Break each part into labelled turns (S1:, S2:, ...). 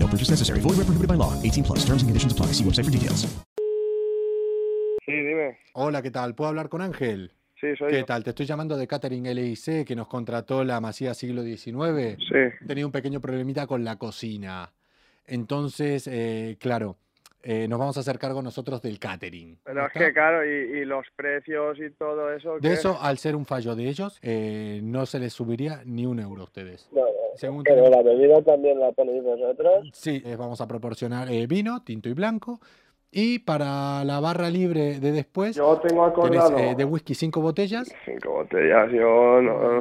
S1: No purchase necessary. Void where prohibited by law. 18 plus. Terms and conditions apply. See website for details.
S2: Sí, dime.
S3: Hola, ¿qué tal? ¿Puedo hablar con Ángel?
S2: Sí, soy
S3: ¿Qué
S2: yo.
S3: tal? Te estoy llamando de Catering LIC, que nos contrató la Masía siglo XIX.
S2: Sí.
S3: Tenía un pequeño problemita con la cocina. Entonces, eh, claro, eh, nos vamos a hacer cargo nosotros del catering.
S2: Pero es
S3: ¿Está?
S2: que, claro, y, y los precios y todo eso.
S3: De
S2: ¿qué?
S3: eso, al ser un fallo de ellos, eh, no se les subiría ni un euro a ustedes.
S4: No, no.
S3: Según
S4: Pero
S3: tenemos-
S4: la bebida también la ponéis vosotros.
S3: Sí, les vamos a proporcionar eh, vino, tinto y blanco. Y para la barra libre de después,
S2: Yo tengo
S3: tenés
S2: acordado
S3: eh, de whisky cinco botellas,
S2: cinco botellas. Yo no.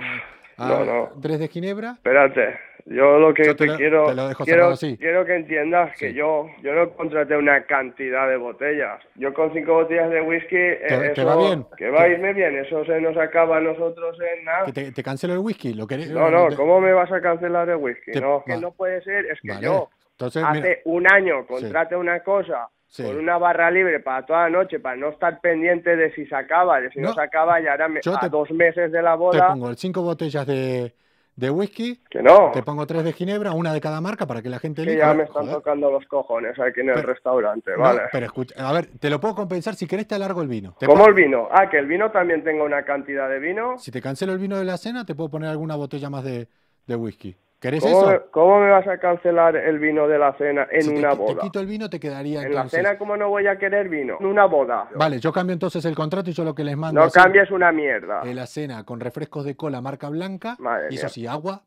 S3: ah,
S2: No, no.
S3: tres de ginebra.
S2: Espérate. Yo lo que
S3: Yo te
S2: te
S3: lo-
S2: quiero.
S3: te lo dejo cerrado
S2: quiero,
S3: así.
S2: quiero que entiendas que
S3: Sí.
S2: yo, yo no contraté una cantidad de botellas. Yo con cinco botellas de whisky. eh,
S3: ¿Te-
S2: eso,
S3: te va bien?
S2: Que va a
S3: ¿Te-
S2: irme bien. Eso se nos acaba a nosotros en nada.
S3: Que te, te cancelo el whisky, lo querés.
S2: No, no, ¿cómo me vas a cancelar el whisky?
S3: Te-
S2: No, que
S3: va-
S2: no puede ser, es que
S3: Vale.
S2: yo
S3: Entonces,
S2: hace
S3: mira,
S2: un año contrate una cosa
S3: Sí.
S2: con una barra libre para toda la noche, para no estar pendiente de si se acaba, de si no,
S3: No,
S2: se acaba, y ahora me-
S3: yo
S2: a
S3: te-
S2: dos meses de la
S3: te
S2: boda,
S3: pongo cinco botellas de, de whisky,
S2: que no,
S3: te pongo tres de ginebra, una de cada marca para que la gente
S2: que
S3: elija.
S2: ya me están
S3: Joder.
S2: tocando los cojones aquí en el
S3: Pero-
S2: restaurante,
S3: No,
S2: ¿vale?
S3: pero escucha, a ver, te lo puedo compensar si querés te alargo el vino. Te
S2: ¿Cómo
S3: puedo-
S2: el vino? Ah, que el vino también tenga una cantidad de vino.
S3: Si te cancelo el vino de la cena, te puedo poner alguna botella más de, de whisky. ¿Querés
S2: ¿Cómo,
S3: eso?
S2: me, cómo me vas a cancelar el vino de la cena en
S3: Si te,
S2: una
S3: qui-
S2: boda?
S3: te quito el vino, te quedaría
S2: En la
S3: entonces-
S2: cena, ¿cómo no voy a querer vino? En una boda.
S3: Vale, yo cambio entonces el contrato y yo lo que les mando
S2: No
S3: es el-
S2: cambies una mierda.
S3: eh, la cena con refrescos de cola marca blanca
S2: Madre
S3: y eso
S2: mía.
S3: sí, agua,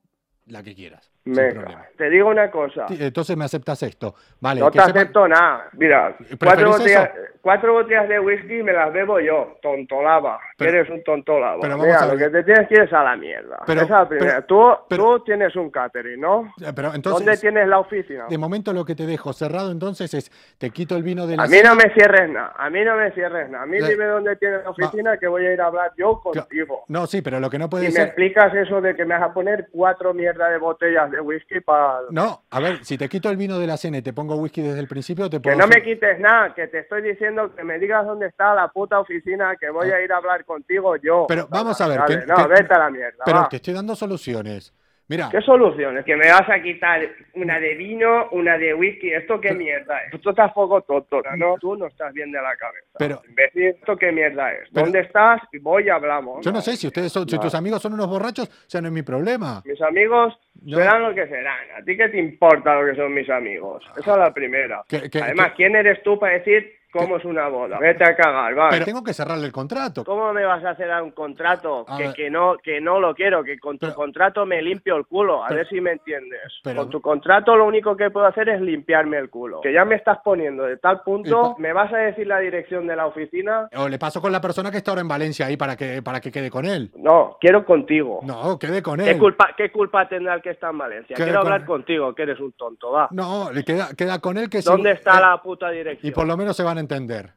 S3: la que quieras. sin problema.
S2: Venga, te digo una cosa.
S3: Sí, Entonces me aceptas esto. Vale,
S2: No
S3: que
S2: te
S3: sepa-
S2: acepto nada. Mira,
S3: ¿Preferís
S2: cuatro
S3: eso?
S2: botellas, cuatro botellas de whisky me las bebo yo. Tontolaba.
S3: Pero-
S2: Eres un tontolaba.
S3: pero vamos
S2: Mira,
S3: a
S2: lo que
S3: ver.
S2: te tienes que ir es a la mierda.
S3: Pero-
S2: Esa es la primera.
S3: pero-
S2: tú,
S3: pero-
S2: tú tienes un catering, ¿no?
S3: Eh, Pero entonces,
S2: ¿Dónde tienes la oficina?
S3: de momento lo que te dejo cerrado entonces es, te quito el vino de la
S2: A mí no me cierres nada. A mí no me cierres nada. A mí
S3: Eh,
S2: dime dónde tienes la oficina que voy a ir a hablar yo
S3: Cla-
S2: contigo.
S3: No, sí, pero lo que no
S2: Y
S3: puede
S2: me
S3: ser...
S2: explicas eso de que me vas a poner cuatro mierdas de botellas de whisky para...
S3: No, a ver, si te quito el vino de la cena y te pongo whisky desde el principio, te
S2: Que
S3: puedo...
S2: no me
S3: hacer-
S2: quites nada, que te estoy diciendo que me digas dónde está la puta oficina, que voy a ir a hablar contigo yo.
S3: Pero vamos a ver,
S2: Dale,
S3: que-
S2: no,
S3: que-
S2: vete a la mierda.
S3: Pero
S2: va.
S3: te estoy dando soluciones. Mira,
S2: ¿Qué soluciones? Que me vas a quitar una de vino, una de whisky. ¿Esto qué mierda es? Tú estás poco tonto, ¿no? Tú no estás bien de la cabeza.
S3: Pero-
S2: Imbécil, ¿esto qué mierda es?
S3: Pero-
S2: ¿Dónde estás? Y voy y hablamos.
S3: yo no sé si ustedes son, si
S2: no.
S3: tus amigos son unos borrachos, o sea, no es mi problema.
S2: Mis amigos
S3: Yo-
S2: serán lo que serán. ¿A ti qué te importa lo que son mis amigos? Esa es la primera.
S3: Que- que-
S2: Además,
S3: que-
S2: ¿quién eres tú para decir cómo es una boda? Vete a cagar, vale.
S3: Pero tengo que cerrarle el contrato.
S2: ¿Cómo me vas a hacer a un contrato
S3: A
S2: que,
S3: ver.
S2: que no que no lo quiero? Que con tu
S3: Pero-
S2: contrato me limpio el culo. A
S3: Pero-
S2: ver si me entiendes.
S3: pero-
S2: con tu contrato lo único que puedo hacer es limpiarme el culo. Que ya me estás poniendo de tal punto.
S3: Y pa-
S2: ¿Me vas a decir la dirección de la oficina?
S3: O le paso con la persona que está ahora en Valencia ahí para que, para que quede con él.
S2: No, quiero contigo.
S3: No, quede con
S2: ¿Qué
S3: él.
S2: culpa, ¿Qué culpa tendrá el que está en Valencia?
S3: Que
S2: Quiero
S3: con-
S2: hablar contigo, que eres un tonto, va.
S3: No, le queda, queda con él que sí.
S2: ¿Dónde está
S3: Eh,
S2: la puta
S3: Y
S2: dirección?
S3: por lo menos se van a entender.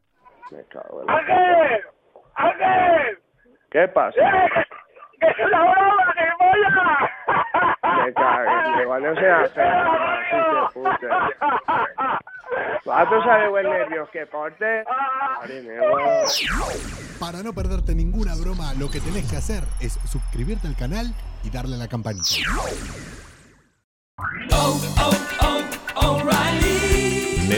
S2: Me cago en la-
S4: ¡Ángel! ¡Ángel!
S2: ¿Qué pasa?
S4: ¡Que es una broma, que mola!
S2: Me cago, digo, no seas perra, hijo de puta. Va, tú sabes buen nervios que porte. Madre mía, bueno.
S5: Para no perderte ninguna broma, lo que tenés que hacer es suscribirte al canal y darle a la campanita.
S1: Me